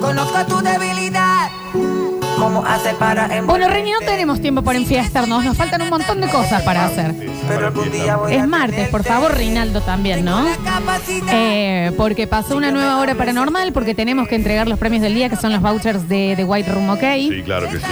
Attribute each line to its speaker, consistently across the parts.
Speaker 1: Conozco tu debilidad. ¿Cómo hace para
Speaker 2: Bueno,
Speaker 1: envolverte?
Speaker 2: Reni, no tenemos tiempo para enfiestarnos. Nos faltan un montón de cosas para hacer.
Speaker 1: Pero algún día voy a
Speaker 2: Es martes,
Speaker 1: tenerte.
Speaker 2: por favor, Reinaldo también, ¿no?
Speaker 1: Tengo la capacidad.
Speaker 2: Eh, porque pasó una nueva hora paranormal, porque tenemos que entregar los premios del día, que son los vouchers de The White Room, ¿ok?
Speaker 3: Sí, claro que sí.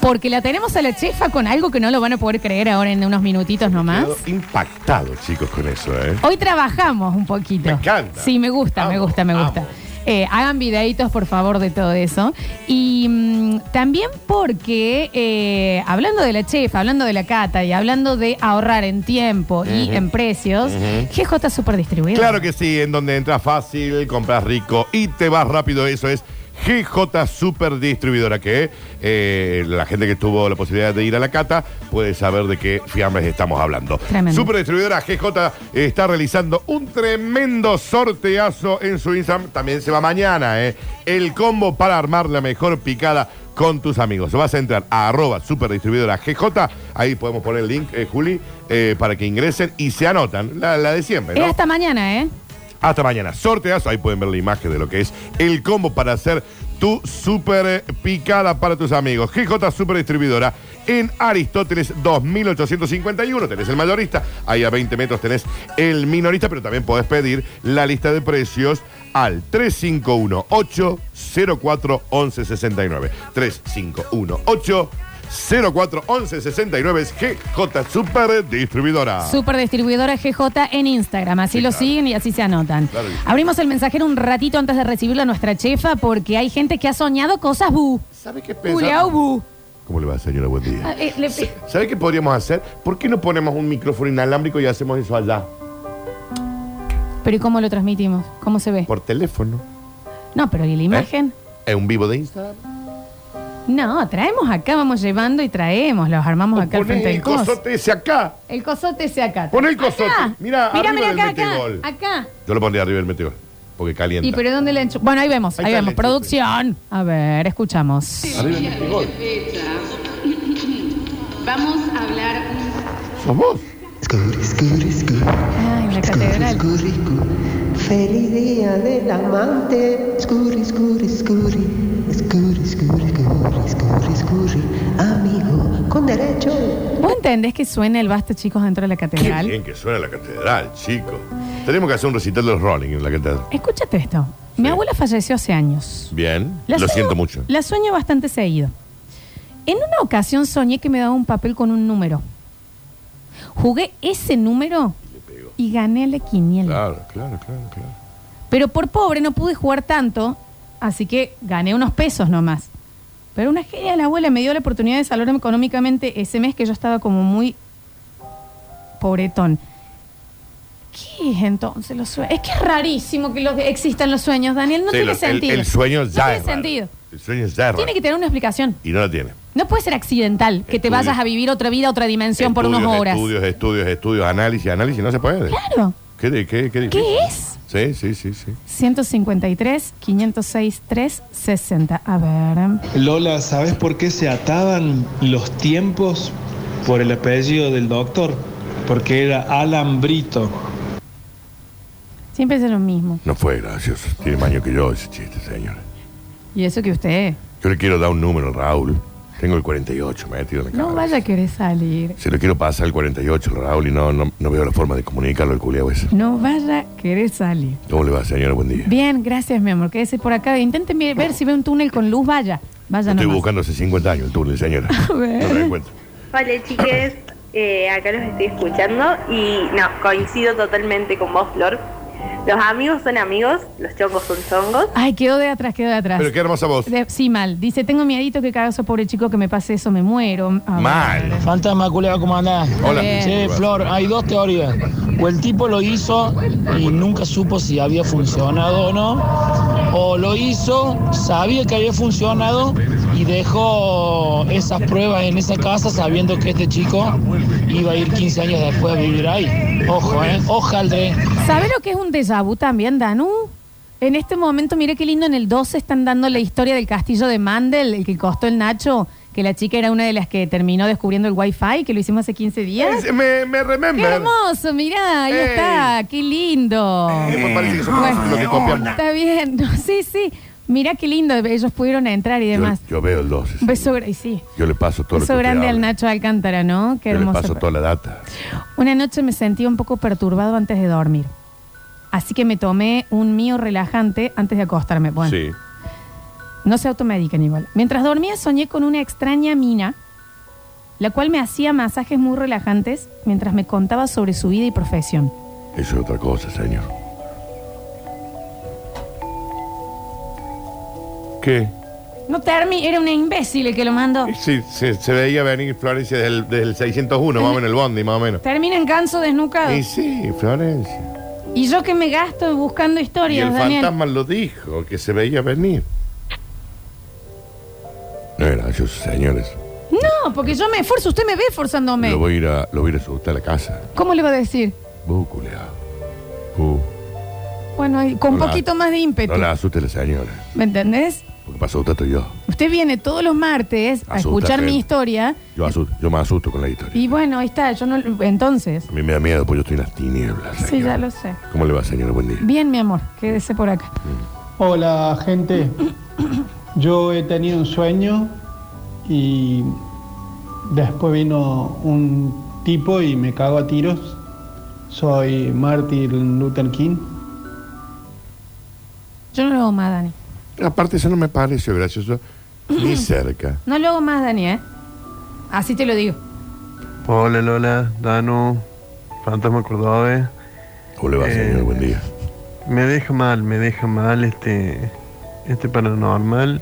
Speaker 2: Porque la tenemos a la chefa con algo que no lo van a poder creer ahora en unos minutitos
Speaker 1: ¿Ah?
Speaker 2: nomás.
Speaker 3: Quedo impactado, chicos, con eso, ¿eh?
Speaker 2: Hoy trabajamos un poquito.
Speaker 3: Me encanta.
Speaker 2: Sí, me gusta, me
Speaker 3: Amo,
Speaker 2: gusta, me gusta.
Speaker 3: amo.
Speaker 2: Eh, hagan videitos, por favor, de todo eso. Y mm, también porque, eh, hablando de la chef, hablando de la cata y hablando de ahorrar en tiempo y en precios, GJ Super Distribuidor.
Speaker 3: Claro que sí, en donde entras fácil, compras rico y te vas rápido. Eso es GJ Super Distribuidora, que eh, la gente que tuvo la posibilidad de ir a la cata puede saber de qué fiambres estamos hablando.
Speaker 2: Tremendo.
Speaker 3: Super Distribuidora GJ está realizando un tremendo sorteazo en su Instagram. También se va mañana, ¿eh? El combo para armar la mejor picada con tus amigos. Vas a entrar a arroba superdistribuidora GJ. Ahí podemos poner el link, eh, Juli, eh, para que ingresen y se anotan. La, la de siempre, ¿no?
Speaker 2: Es hasta mañana, ¿eh?
Speaker 3: Hasta mañana. Sorteazo. Ahí pueden ver la imagen de lo que es el combo para hacer tu super eh, picada para tus amigos. GJ Super Distribuidora en Aristóteles 2851. Tenés el mayorista. Ahí a 20 metros tenés el minorista, pero también podés pedir la lista de precios al 351 804 1169. 351 804 1169 es GJ Super Distribuidora.
Speaker 2: Super Distribuidora GJ en Instagram. Así
Speaker 3: Ah. Sí,
Speaker 2: lo
Speaker 3: claro.
Speaker 2: siguen y así se anotan.
Speaker 3: Claro que sí.
Speaker 2: Abrimos el mensajero un ratito antes de recibirlo a nuestra chefa porque hay gente que ha soñado cosas bu.
Speaker 3: ¿Sabe qué pensaba?
Speaker 2: Juliao bu.
Speaker 3: ¿Cómo le va, señora? Buen día.
Speaker 2: Ah, eh, le-
Speaker 3: ¿Sabe qué podríamos hacer? ¿Por qué no ponemos un micrófono inalámbrico y hacemos eso allá?
Speaker 2: Pero ¿y cómo lo transmitimos? ¿Cómo se ve?
Speaker 3: Por ¿Eh? teléfono.
Speaker 2: No, pero ¿y la imagen?
Speaker 3: ¿Es un vivo de Instagram?
Speaker 2: No, traemos acá, vamos llevando y traemos, los armamos acá al
Speaker 3: Poné
Speaker 2: frente del
Speaker 3: el
Speaker 2: cos.
Speaker 3: cosote ese acá.
Speaker 2: El cosote ese acá.
Speaker 3: Poné el cosote.
Speaker 2: Acá.
Speaker 3: Mirá,
Speaker 2: Mirá,
Speaker 3: arriba
Speaker 2: mirá,
Speaker 3: del
Speaker 2: acá,
Speaker 3: metegol.
Speaker 2: acá, acá.
Speaker 3: Yo lo pondría arriba del meteor, porque calienta.
Speaker 2: ¿Y pero dónde le enchu- Bueno, ahí vemos,
Speaker 3: Ahí
Speaker 2: ahí,
Speaker 3: está el
Speaker 2: vemos.
Speaker 3: enchufe.
Speaker 2: Producción. A ver, escuchamos.
Speaker 3: Arriba del metegol.
Speaker 4: Vamos a hablar
Speaker 3: ¿Sos vos?
Speaker 5: Escurri, escurri, escurri,
Speaker 2: Ay, en la
Speaker 5: escurri,
Speaker 2: catedral.
Speaker 5: escurri, escurri. Feliz día del amante. Escurri, escurri, escurri, escurri, escurri, escurri, escurri, escurri. Amigo, con derecho.
Speaker 2: ¿Vos entendés que suena el basta, chicos, dentro de la
Speaker 3: Qué
Speaker 2: catedral?
Speaker 3: bien que suena la catedral, chicos. Tenemos que hacer un recital de los Rolling en la catedral.
Speaker 2: Escúchate esto. Mi
Speaker 3: Sí.
Speaker 2: abuela falleció hace años.
Speaker 3: Bien.
Speaker 2: La
Speaker 3: lo
Speaker 2: sueño-
Speaker 3: siento mucho.
Speaker 2: La sueño bastante seguido. En una ocasión soñé que me daba un papel con un número. Jugué ese número y gané la quiniela.
Speaker 3: Claro, claro, claro, claro.
Speaker 2: Pero por pobre no pude jugar tanto, así que gané unos pesos nomás. Pero una genia de la abuela me dio la oportunidad de salvarme económicamente ese mes que yo estaba como muy pobretón. ¿Qué es entonces los sueños? Es que es rarísimo que los- existan los sueños, Daniel. No
Speaker 3: Sí,
Speaker 2: tiene
Speaker 3: lo- el-
Speaker 2: sentido.
Speaker 3: El, sueño
Speaker 2: No
Speaker 3: ya
Speaker 2: tiene
Speaker 3: es raro.
Speaker 2: sentido.
Speaker 3: El sueño ya es
Speaker 2: Tiene
Speaker 3: raro.
Speaker 2: que tener una explicación.
Speaker 3: Y no lo tiene.
Speaker 2: No puede ser accidental que te
Speaker 3: Estudios.
Speaker 2: vayas a vivir otra vida, otra dimensión por unas horas.
Speaker 3: Estudios, estudios, estudios, análisis, análisis. No se puede.
Speaker 2: Claro.
Speaker 3: ¿Qué, de- qué, qué, difícil.
Speaker 2: ¿Qué es?
Speaker 3: Sí, sí, sí, sí.
Speaker 2: 153, 506, 360. A ver.
Speaker 6: Lola, ¿sabes por qué se ataban los tiempos por el apellido del doctor? Porque era Alambrito.
Speaker 2: Siempre es lo mismo.
Speaker 3: No fue gracioso. Tiene más años que yo ese chiste, señor.
Speaker 2: Y eso que usted.
Speaker 3: Yo le quiero dar un número, Raúl. Tengo el 48 metido en la
Speaker 2: No
Speaker 3: cabeza.
Speaker 2: vaya a querer salir.
Speaker 3: Se lo quiero pasar el 48, Raúl, y no, no, no veo la forma de comunicarlo al culiao ese.
Speaker 2: No vaya a querer salir.
Speaker 3: ¿Cómo le va, señor? Buen día.
Speaker 2: Bien, gracias, mi amor. Quédese por acá. Intenten ver- ver si ve un túnel con luz. Vaya. Vaya,
Speaker 3: Estoy
Speaker 2: nomás.
Speaker 3: buscando hace 50 años el túnel, señora.
Speaker 2: A ver.
Speaker 3: No lo encuentro.
Speaker 7: Vale, chiques, eh, acá los estoy escuchando y no, coincido totalmente con vos, Flor. Los amigos son amigos, los chongos son chongos.
Speaker 2: Ay, quedó de atrás, quedó de atrás.
Speaker 3: Pero qué hermosa voz.
Speaker 2: De- sí, mal. Dice, tengo miedito que cagazo, pobre chico, que me pase eso, me muero. A ver.
Speaker 3: Mal.
Speaker 8: Fantasma, culeo, ¿cómo andás?
Speaker 3: Hola.
Speaker 2: Bien.
Speaker 8: Che, Flor, hay dos teorías. O el tipo lo hizo y nunca supo si había funcionado o no. O lo hizo, sabía que había funcionado y dejó esas pruebas en esa casa sabiendo que este chico iba a ir 15 años después a vivir ahí. Ojo, ¿eh? Ojalá.
Speaker 2: ¿Sabe lo que es un déjà vu también, Danu? En este momento, mire qué lindo, en el 12 están dando la historia del castillo de Mandel, el que costó el Nacho, que la chica era una de las que terminó descubriendo el wifi, que lo hicimos hace 15 días.
Speaker 3: Es- Me, me
Speaker 2: ¡Qué
Speaker 3: remember.
Speaker 2: hermoso! Mirá, ahí
Speaker 3: Ey.
Speaker 2: está, qué lindo.
Speaker 3: Eh, me parece que somos
Speaker 2: Bueno.
Speaker 3: lo que copiamos.
Speaker 2: Está bien, no, sí, sí. Mirá qué lindo, ellos pudieron entrar y
Speaker 3: Yo,
Speaker 2: demás.
Speaker 3: yo veo el 12.
Speaker 2: Un
Speaker 3: sí.
Speaker 2: beso, gra- y sí,
Speaker 3: Yo le paso todo
Speaker 2: beso
Speaker 3: lo que usted
Speaker 2: grande al
Speaker 3: habla.
Speaker 2: Nacho Alcántara, ¿no? Qué
Speaker 3: Yo le
Speaker 2: hermoso.
Speaker 3: paso toda la data.
Speaker 2: Una noche me sentí un poco perturbado antes de dormir. Así que me tomé un mío relajante antes de acostarme. Bueno,
Speaker 3: Sí.
Speaker 2: no se automedican igual. Mientras dormía soñé con una extraña mina, la cual me hacía masajes muy relajantes mientras me contaba sobre su vida y profesión.
Speaker 3: Eso es otra cosa, señor. ¿Qué?
Speaker 2: No Termi, era una imbécil el que lo mandó.
Speaker 3: Sí, se, se veía venir Florencia del, del 601, más o menos el Bondi, más o menos.
Speaker 2: Termina en canso desnucado.
Speaker 3: Y sí, Florencia.
Speaker 2: Y yo que me gasto buscando
Speaker 3: Y el
Speaker 2: historias, Daniel.
Speaker 3: fantasma lo dijo, que se veía venir. No era yo, señores.
Speaker 2: No, porque yo me esfuerzo, usted me ve esforzándome.
Speaker 3: Lo voy a ir a, lo voy a, ir a asustar a la casa.
Speaker 2: ¿Cómo le va a decir?
Speaker 3: Vos, culeado. Vos.
Speaker 2: Bueno, ahí, con un
Speaker 3: No la-
Speaker 2: poquito más de ímpetu.
Speaker 3: No la asuste a la señora,
Speaker 2: ¿Me entendés?
Speaker 3: porque para asustarte yo.
Speaker 2: Usted viene todos los martes a
Speaker 3: Asusta,
Speaker 2: escuchar mi
Speaker 3: gente.
Speaker 2: historia.
Speaker 3: Yo, asusto, yo me asusto con la historia.
Speaker 2: Y bueno, ahí está, yo no. Entonces.
Speaker 3: A mí me da miedo porque yo estoy en las tinieblas.
Speaker 2: Sí,
Speaker 3: señora.
Speaker 2: ya lo sé.
Speaker 3: ¿Cómo le va, señora? Buen día.
Speaker 2: Bien, mi amor, quédese por acá.
Speaker 6: Hola gente, yo he tenido un sueño y después vino un tipo y me cago a tiros. Soy Martin Luther King.
Speaker 2: Yo no lo hago más, Dani.
Speaker 3: Aparte, eso no me pareció gracioso ni cerca.
Speaker 2: No lo hago más, Dani, ¿eh? Así te lo digo.
Speaker 4: Hola Lola, Danu, Fantasma Cordobés.
Speaker 3: ¿Cómo le va,
Speaker 4: Eh,
Speaker 3: señor? Buen día.
Speaker 4: Me deja mal, me deja mal este, este paranormal.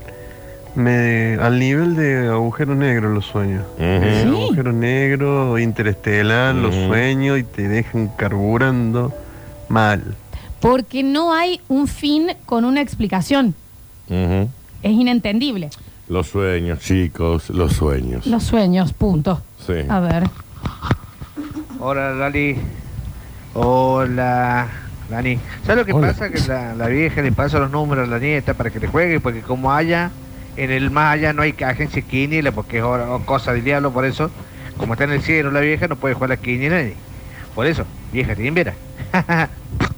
Speaker 4: Me, al nivel de agujero negro los sueños. Eh,
Speaker 2: ¿Sí?
Speaker 4: Agujero negro, interestelar, los
Speaker 3: Ujú.
Speaker 4: sueños y te dejan carburando mal.
Speaker 2: Porque no hay un fin con una explicación.
Speaker 3: Ujú.
Speaker 2: Es inentendible.
Speaker 3: Los sueños, chicos, los sueños.
Speaker 2: Los sueños, punto.
Speaker 3: Sí.
Speaker 2: A ver.
Speaker 9: Hola, Lali. Hola, Lani. ¿Sabes lo que
Speaker 3: Hola.
Speaker 9: pasa? Que la, la vieja le pasa los números a la nieta para que le juegue, porque como haya, en el más allá no hay agencia quiniela, porque es hora- o cosa del diablo, por eso, como está en el cielo la vieja, no puede jugar la quiniela. ni- Por eso, vieja timbera.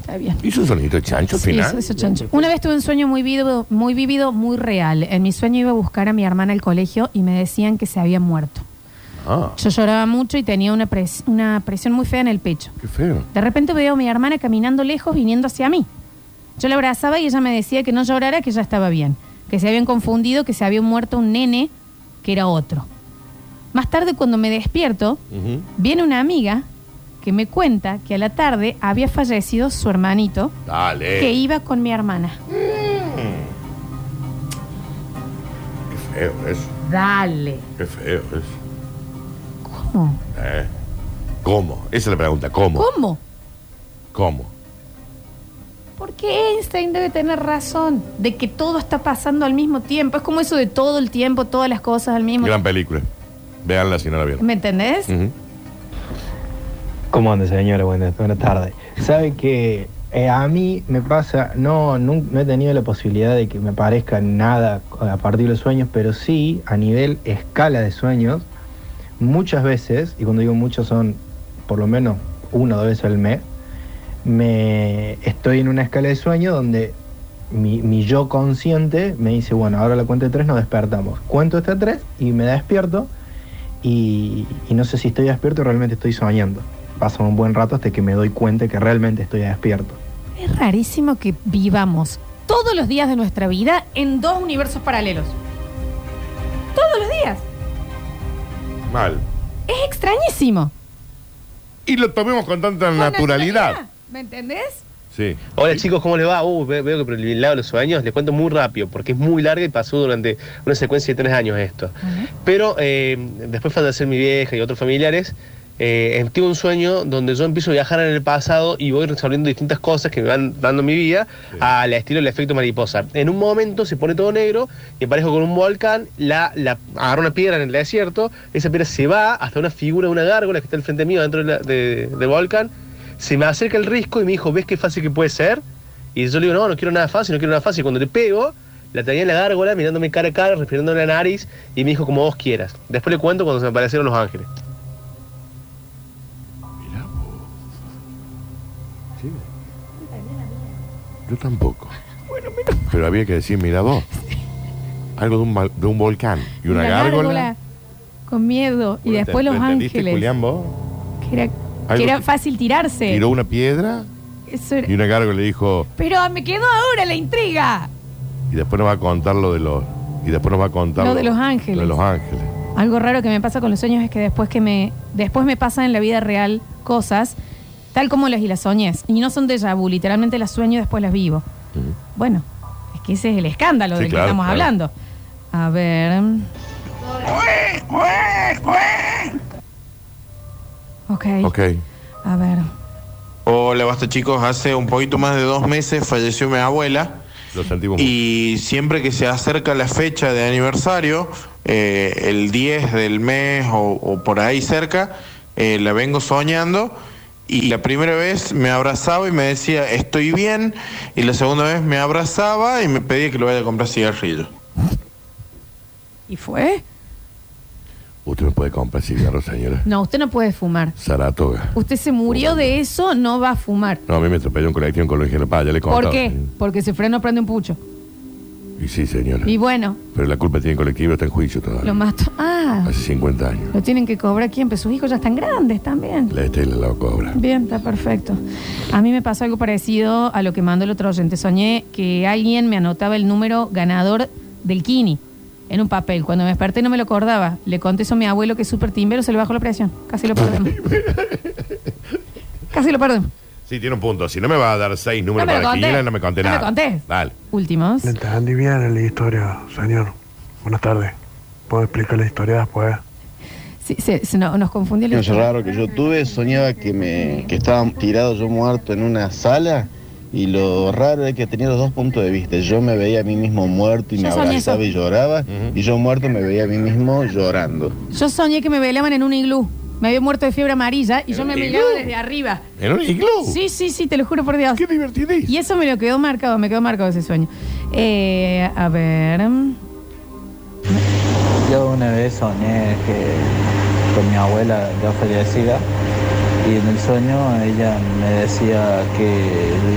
Speaker 2: Está bien.
Speaker 3: ¿Hizo un sonido de chancho al
Speaker 2: Sí,
Speaker 3: final?
Speaker 2: eso- eso, chancho. Una vez tuve un sueño muy vivido, muy vivido, muy real. En mi sueño iba a buscar a mi hermana al colegio y me decían que se había muerto.
Speaker 3: Ah,
Speaker 2: Yo lloraba mucho y tenía una, pres- una presión muy fea en el pecho.
Speaker 3: qué feo.
Speaker 2: De repente veo a mi hermana caminando lejos viniendo hacia mí. Yo la abrazaba y ella me decía que no llorara, que ya estaba bien, que se habían confundido, que se había muerto un nene, que era otro. Más tarde cuando me despierto,
Speaker 3: Ujú.
Speaker 2: viene una amiga que me cuenta que a la tarde había fallecido su hermanito
Speaker 3: Dale.
Speaker 2: que iba con mi hermana.
Speaker 3: Qué feo eso.
Speaker 2: Dale.
Speaker 3: Qué feo eso.
Speaker 2: ¿Cómo?
Speaker 3: Eh. ¿Cómo? Esa es la pregunta. ¿Cómo?
Speaker 2: ¿Cómo?
Speaker 3: ¿Cómo?
Speaker 2: Porque Einstein debe tener razón de que todo está pasando al mismo tiempo. Es como eso de todo el tiempo, todas las cosas al mismo
Speaker 3: Gran Mm.
Speaker 2: tiempo.
Speaker 3: película. Veanla si no la vieron.
Speaker 2: ¿Me entendés?
Speaker 3: Ujú.
Speaker 10: ¿Cómo anda, señora? Buenas, buenas tardes. ¿Sabe que eh, a mí me pasa, no, nun- no he tenido la posibilidad de que me parezca nada a partir de los sueños, pero sí a nivel escala de sueños, muchas veces, y cuando digo muchos son por lo menos una o dos veces al mes, me estoy en una escala de sueño donde mi, mi yo consciente me dice, bueno, ahora a la cuenta de tres nos despertamos. Cuento hasta tres y me despierto y, y no sé si estoy despierto o realmente estoy soñando. Pasa un buen rato hasta que me doy cuenta que realmente estoy despierto.
Speaker 2: Es rarísimo que vivamos todos los días de nuestra vida en dos universos paralelos. Todos los días.
Speaker 3: Mal.
Speaker 2: Es extrañísimo.
Speaker 3: Y lo tomemos con tanta
Speaker 2: Con
Speaker 3: naturalidad.
Speaker 2: ¿Me entendés?
Speaker 3: Sí.
Speaker 11: Hola chicos, ¿cómo les va? Uh, ve- veo que por el lado de los sueños les cuento muy rápido porque es muy larga y pasó durante una secuencia de tres años esto. Pero eh, después de ser mi vieja y otros familiares, eh, tengo un sueño donde yo empiezo a viajar en el pasado y voy resolviendo distintas cosas que me van dando mi vida al estilo del efecto mariposa. En un momento se pone todo negro y aparezco con un volcán, la, la agarro una piedra en el desierto, esa piedra se va hasta una figura, una gárgola que está al frente mío dentro de la- de- del volcán, se me acerca el risco y me dijo, ¿ves qué fácil que puede ser? Y yo le digo, no, no quiero nada fácil, no quiero nada fácil. Y Cuando le pego, la tenía en la gárgola, mirándome cara a cara, respirándome la nariz, y me dijo, como vos quieras. Después le cuento cuando se me aparecieron los ángeles.
Speaker 3: Yo tampoco.
Speaker 2: Bueno,
Speaker 3: Pero había que decir, mira vos. Algo de un, mal- de un volcán y una, gárgola.
Speaker 2: Con miedo. Y
Speaker 3: ¿Lo
Speaker 2: después
Speaker 3: ent-
Speaker 2: Los
Speaker 3: lo entendiste,
Speaker 2: Ángeles.
Speaker 3: Julián, vos?
Speaker 2: Que era, que
Speaker 3: Algo
Speaker 2: era
Speaker 3: que-
Speaker 2: fácil tirarse.
Speaker 3: Tiró una piedra
Speaker 2: Eso era-
Speaker 3: y una gárgola le dijo,
Speaker 2: Pero me quedó ahora la intriga.
Speaker 3: y después nos va a contar lo de los. Y después nos va a contar
Speaker 2: Lo de los ángeles.
Speaker 3: lo de los ángeles.
Speaker 2: Algo raro que me pasa con los sueños es que después que me después me pasan en la vida real cosas tal como las y las soñes y no son déjà vu, literalmente las sueño y después las vivo. Bueno, es que ese es el escándalo
Speaker 3: Sí,
Speaker 2: del que
Speaker 3: claro,
Speaker 2: estamos
Speaker 3: claro.
Speaker 2: hablando. A ver. Ok, a ver.
Speaker 4: Hola, basta chicos. Hace un poquito más de dos meses falleció mi abuela. y siempre que se acerca la fecha de aniversario, eh, el 10 del mes o, o por ahí cerca, eh, la vengo soñando. Y la primera vez me abrazaba y me decía, estoy bien. Y la segunda vez me abrazaba y me pedía que lo vaya a comprar cigarrillo.
Speaker 2: ¿Y fue?
Speaker 3: Usted me puede comprar cigarros, señora.
Speaker 2: No, usted no puede fumar.
Speaker 3: Saratoga.
Speaker 2: Usted se murió de eso, no va a fumar.
Speaker 3: No, a mí me atropelló un colectivo en Colegio de La Paz, ya le conté.
Speaker 2: ¿Por qué? Porque se freno prende un pucho.
Speaker 3: Y sí, señora.
Speaker 2: Y bueno,
Speaker 3: Pero la culpa tiene el colectivo, está en juicio todavía.
Speaker 2: lo mató. Ah,
Speaker 3: Hace 50 años.
Speaker 2: lo tienen que cobrar quién, pero sus hijos ya están grandes también.
Speaker 3: La Estela la cobra.
Speaker 2: Bien, está perfecto. A mí me pasó algo parecido a lo que mandó el otro oyente. Soñé que alguien me anotaba el número ganador del Kini en un papel. Cuando me desperté no me lo acordaba. Le conté eso a mi abuelo que es súper timbero, se le bajó la presión. Casi lo perdemos. Casi lo perdemos.
Speaker 3: Sí, tiene un punto. Si no me va a dar seis números
Speaker 2: No me lo
Speaker 3: para
Speaker 2: conté.
Speaker 3: Quiniela, no me conté
Speaker 2: No me
Speaker 3: nada.
Speaker 2: conté.
Speaker 3: Dale.
Speaker 2: Últimos.
Speaker 5: Tan liviana la historia, señor. Buenas tardes. ¿Puedo explicar la historia después?
Speaker 2: Sí, se- se no- nos confundió el
Speaker 12: Es raro que yo tuve, soñaba que me que estaba tirado yo muerto en una sala y lo raro es que tenía los dos puntos de vista. Yo me veía a mí mismo muerto y me
Speaker 2: Yo soñé
Speaker 12: abrazaba y lloraba y yo muerto me veía a mí mismo llorando.
Speaker 2: Yo soñé que me velaban en un iglú. Me había muerto de fiebre amarilla y yo me
Speaker 12: un
Speaker 2: miraba
Speaker 12: iglú? Oh.
Speaker 2: desde arriba.
Speaker 12: ¿En un iglú?
Speaker 2: Sí, sí, sí, te lo juro por Dios. Qué
Speaker 3: divertidísimo.
Speaker 2: Y eso me lo quedó marcado, me quedó marcado ese sueño. Eh, a ver.
Speaker 10: Yo una vez soñé que con mi abuela ya fallecida y en el sueño ella me decía que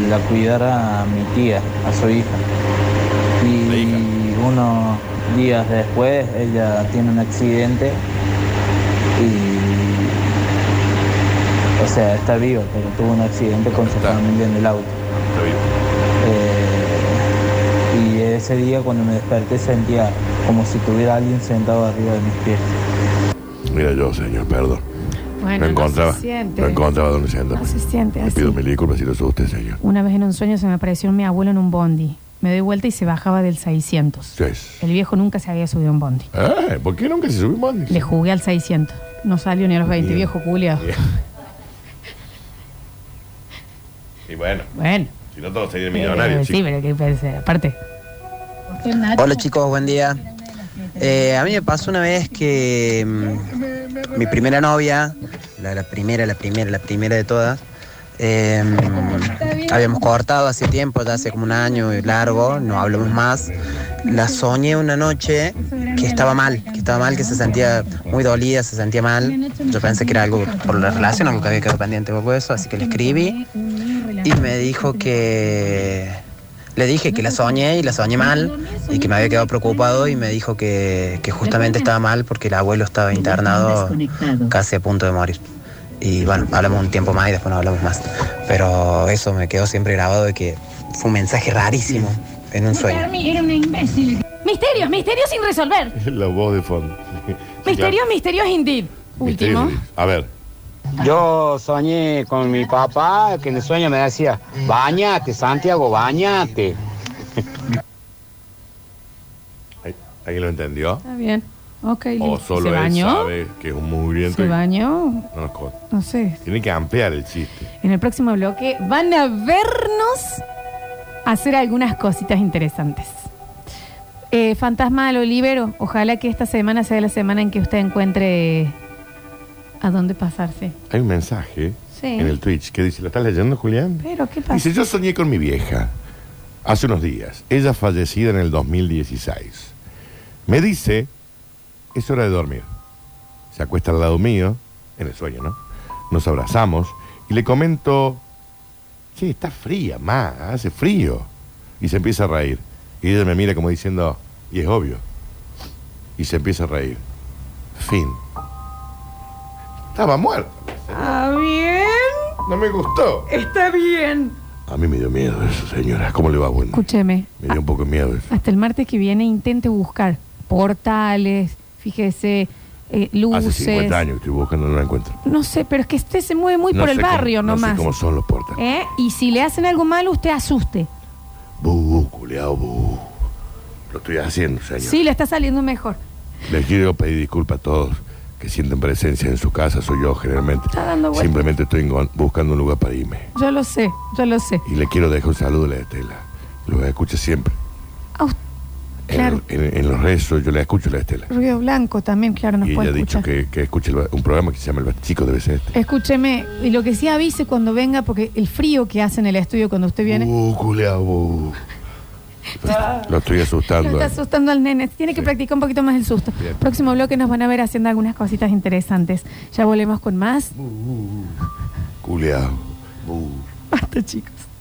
Speaker 10: la cuidara a mi tía, a su hija. Y unos días después ella tiene un accidente y o sea, está viva, pero tuvo un accidente con su familia en el auto. Eh, y ese día cuando me desperté sentía como si tuviera alguien sentado arriba de mis pies.
Speaker 3: Mira yo, señor, perdón.
Speaker 2: Bueno,
Speaker 3: no
Speaker 2: no
Speaker 3: encontraba.
Speaker 2: se siente.
Speaker 3: no encontraba dónde sentarme.
Speaker 2: No se siente
Speaker 3: Le
Speaker 2: así.
Speaker 3: pido mil disculpas si lo soy usted, señor.
Speaker 2: Una vez en un sueño se me apareció mi abuelo en un bondi. Me doy vuelta y se bajaba del 600.
Speaker 3: Sí. es.
Speaker 2: El viejo nunca se había subido a un bondi.
Speaker 3: Eh, ¿Por qué nunca se subió un bondi?
Speaker 2: Le jugué al 600. No salió ni a los 20,
Speaker 3: Bien.
Speaker 2: viejo Julio.
Speaker 3: Bien. Y bueno.
Speaker 2: Bueno.
Speaker 3: Si no, todos serían millonarios,
Speaker 2: sí,
Speaker 3: chicos.
Speaker 2: pero qué pensé. Aparte.
Speaker 13: Hola chicos, buen día. Eh, a mí me pasó una vez que mm, mi primera novia, la, la primera, la primera, la primera de todas, eh, habíamos cortado hace tiempo, ya hace como un año y largo, no hablamos más. La soñé una noche que estaba mal, que estaba mal, que se sentía muy dolida, se sentía mal. Yo pensé que era algo por la relación, algo que había quedado pendiente o algo de eso, así que le escribí y me dijo que le dije que la soñé y la soñé mal y que me había quedado preocupado y me dijo que, que justamente estaba mal porque el abuelo estaba internado casi a punto de morir. Y bueno, hablamos un tiempo más y después no hablamos más. Pero eso me quedó siempre grabado de que fue un mensaje rarísimo en un sueño.
Speaker 2: Era una imbécil. Misterios, misterios sin resolver.
Speaker 3: La voz de fondo.
Speaker 2: Misterios, misterios indeed. Último.
Speaker 3: A ver.
Speaker 14: Yo soñé con mi papá que en el sueño me decía, bañate Santiago, bañate.
Speaker 3: Ahí, ahí lo entendió.
Speaker 2: Está bien. Ok,
Speaker 3: O
Speaker 2: listo.
Speaker 3: solo
Speaker 2: ¿Se
Speaker 3: él
Speaker 2: bañó?
Speaker 3: sabe que es un mugriento.
Speaker 2: ¿Se
Speaker 3: y-
Speaker 2: bañó?
Speaker 3: No nos conta.
Speaker 2: No sé.
Speaker 3: Tiene que ampliar el chiste.
Speaker 2: En el próximo bloque van a vernos hacer algunas cositas interesantes. Eh, Fantasma al Olivero, ojalá que esta semana sea la semana en que usted encuentre a dónde pasarse.
Speaker 3: Hay un mensaje
Speaker 2: Sí.
Speaker 3: en el Twitch que dice, ¿lo estás leyendo, Julián?
Speaker 2: Pero, ¿qué pasa?
Speaker 3: Dice, yo soñé con mi vieja hace unos días. Ella fallecida en el 2016. Me dice, es hora de dormir. Se acuesta al lado mío, en el sueño, ¿no? Nos abrazamos y le comento, che, está fría, ma, hace frío. y se empieza a reír. Y ella me mira como diciendo, y es obvio. Y se empieza a reír. Fin. Estaba muerta.
Speaker 2: ¿Está bien?
Speaker 3: No me gustó.
Speaker 2: Está bien.
Speaker 3: A mí me dio miedo eso, señora. ¿Cómo le va, bueno?
Speaker 2: Escúcheme,
Speaker 3: Me dio un poco de miedo eso.
Speaker 2: hasta el martes que viene intente buscar portales, fíjese, eh,
Speaker 3: Hace
Speaker 2: luces.
Speaker 3: 50 años que estoy buscando, no la encuentro.
Speaker 2: No sé, pero es que usted se mueve muy
Speaker 3: No
Speaker 2: por
Speaker 3: sé
Speaker 2: el
Speaker 3: cómo-
Speaker 2: barrio
Speaker 3: no
Speaker 2: nomás.
Speaker 3: sé cómo son los portales.
Speaker 2: ¿Eh? Y si le hacen algo malo, usted asuste. Eh.
Speaker 3: Bu, culeado, bu. Lo estoy haciendo, señor.
Speaker 2: Sí, le está saliendo mejor.
Speaker 3: Les quiero pedir disculpas a todos que sienten presencia en su casa, soy yo generalmente.
Speaker 2: Está dando vueltas.
Speaker 3: Simplemente estoy engon- buscando un lugar para irme.
Speaker 2: Yo lo sé, yo lo sé.
Speaker 3: Y le quiero dejar un saludo a la Estela. Lo escucho siempre.
Speaker 2: Ah, us- claro,
Speaker 3: En, en los rezos yo la escucho a la Estela.
Speaker 2: Río Blanco también, claro, nos
Speaker 3: y
Speaker 2: puede
Speaker 3: ella ha dicho
Speaker 2: escuchar.
Speaker 3: que, que escuche el ba- un programa que se llama El Ba- Chico debe ser este.
Speaker 2: Escúcheme, y lo que sí avise cuando venga, porque el frío que hace en el estudio cuando usted viene,
Speaker 3: Bu, culeado, bu. Lo- Lo estoy
Speaker 2: lo
Speaker 3: asustando.
Speaker 2: está
Speaker 3: eh.
Speaker 2: asustando al nene. Tiene que practicar un poquito más el susto.
Speaker 3: Bien.
Speaker 2: Próximo bloque nos van a ver haciendo algunas cositas interesantes. Ya volvemos con más.
Speaker 3: Culeado. bu.
Speaker 2: Basta, chicos.